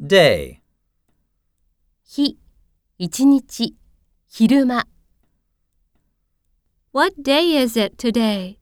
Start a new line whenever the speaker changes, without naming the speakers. day,
日、一日、昼間。
What day is it today?